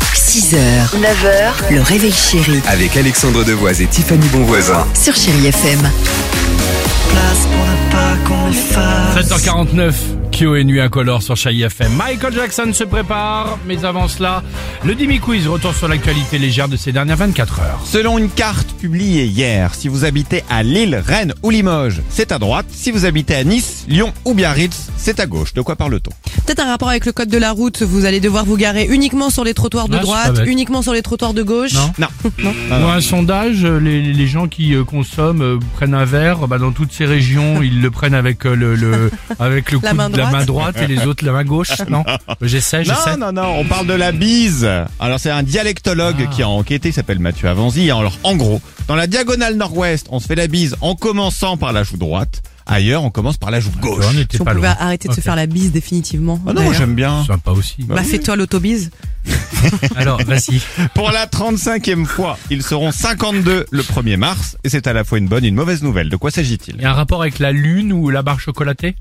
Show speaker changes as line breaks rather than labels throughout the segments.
6h, 9h, le réveil chéri
Avec Alexandre Devoise et Tiffany Bonvoisin.
sur Chéri FM.
7h49, Kyo et Nuit Incolore sur Chai FM. Michael Jackson se prépare, mais avant cela, le Dimi Quiz retourne sur l'actualité légère de ces dernières 24 heures.
Selon une carte publiée hier, si vous habitez à Lille, Rennes ou Limoges, c'est à droite. Si vous habitez à Nice, Lyon ou Biarritz, c'est à gauche. De quoi parle-t-on
Peut-être un rapport avec le code de la route, vous allez devoir vous garer uniquement sur les trottoirs de
Ah, c'est pas
droite,
bête.
uniquement sur les trottoirs de gauche.
Non.
Non.
Dans un sondage, euh, les, les gens qui euh, consomment euh, prennent un verre, bah, dans toutes ces régions, ils le prennent avec euh, le, le- avec le
La
coude
main
de la
droite.
main droite et les autres la main gauche. Non, j'essaie, j'essaie.
Non, non, non, on parle de la bise. Alors c'est un dialectologue
Ah.
qui a enquêté, il s'appelle Mathieu Avanzi. Alors en gros, dans la diagonale nord-ouest, on se fait la bise en commençant par la joue droite. Ailleurs, on commence par la joue
Tu
gauche.
vois, on n'était
Si on
pas
pouvait
loin.
arrêter de
Ok.
se faire la bise définitivement.
Ah non, moi,
d'ailleurs.
j'aime bien.
Sympa aussi.
Bah fais-toi l'autobise.
Alors, vas-y.
Pour la 35e fois, ils seront 52 le 1er mars. Et c'est à la fois une bonne et une mauvaise nouvelle. De quoi s'agit-il
Il y a un rapport avec la lune ou la barre chocolatée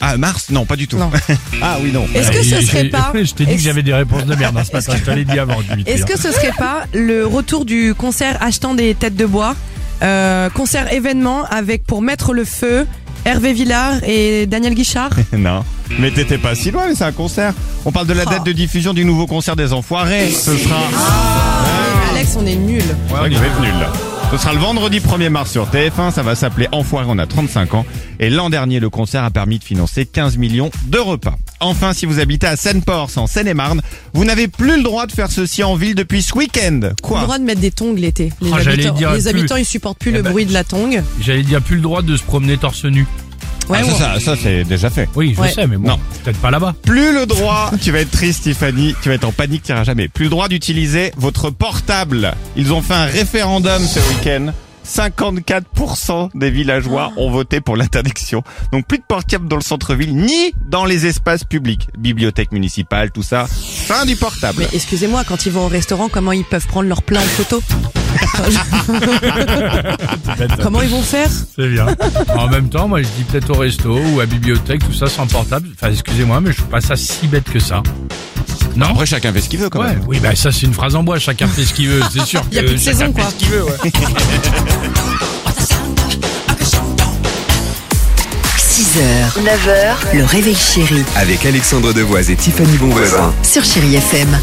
Ah, mars Non, pas du tout.
Non.
ah oui, non.
Est-ce que
Euh,
ce
j'ai-
serait pas
Je t'ai dit que
est-ce-
j'avais des réponses de merde hein, ce matin, je te l'ai dit avant, Dimitri.
Est-ce que ce serait pas le retour du concert achetant des têtes de bois, euh, concert événement avec pour mettre le feu Hervé Villard et Daniel Guichard
Non. Mais t'étais pas si loin, mais c'est un concert. On parle de la
Ah.
date de diffusion du nouveau concert des Enfoirés. Ce sera.
Ah.
Alex, on est nul.
C'est vrai que vous êtes nuls, là. Ce sera le vendredi 1er mars sur TF1. Ça va s'appeler Enfoirés, on a 35 ans. Et l'an dernier, le concert a permis de financer 15 millions de repas. Enfin, si vous habitez à Seine-Port, en Seine-et-Marne, vous n'avez plus le droit de faire ceci en ville depuis ce week-end.
On a le
Quoi
droit de mettre des tongs l'été. Les,
Oh, j'allais
habitants,
dire
les
plus.
habitants, ils supportent plus
Eh
le
ben.
bruit de la tongue.
J'allais dire plus le droit de se promener torse nu.
Ouais,
Ah,
ouais.
ça, ça, ça, c'est déjà fait.
Oui, je
Ouais.
sais, mais bon,
Non.
peut-être pas là-bas.
Plus le droit, tu vas être triste Tiffany, tu vas être en panique, tu n'iras jamais. Plus le droit d'utiliser votre portable. Ils ont fait un référendum ce week-end. 54% des villageois ont voté pour l'interdiction. Donc plus de portable dans le centre-ville, ni dans les espaces publics. Bibliothèque municipale, tout ça. Fin du portable.
Mais excusez-moi, quand ils vont au restaurant, comment ils peuvent prendre leur plat en photo Comment ils vont faire
C'est bien. en même temps, moi, je dis peut-être au resto ou à bibliothèque, tout ça sans portable. Enfin, excusez-moi, mais je trouve pas ça si bête que ça. Non
Après chacun fait ce qu'il veut quand
Ouais,
même.
oui, bah ça c'est une phrase en bois, chacun fait ce qu'il veut, c'est sûr.
Il y a
que
Euh, plus de
chacun
saison,
fait
quoi.
ce qu'il veut, ouais.
6h, 9h, le réveil chéri
Avec Alexandre Devoise et Tiffany Bonvoisin.
sur Chéri FM.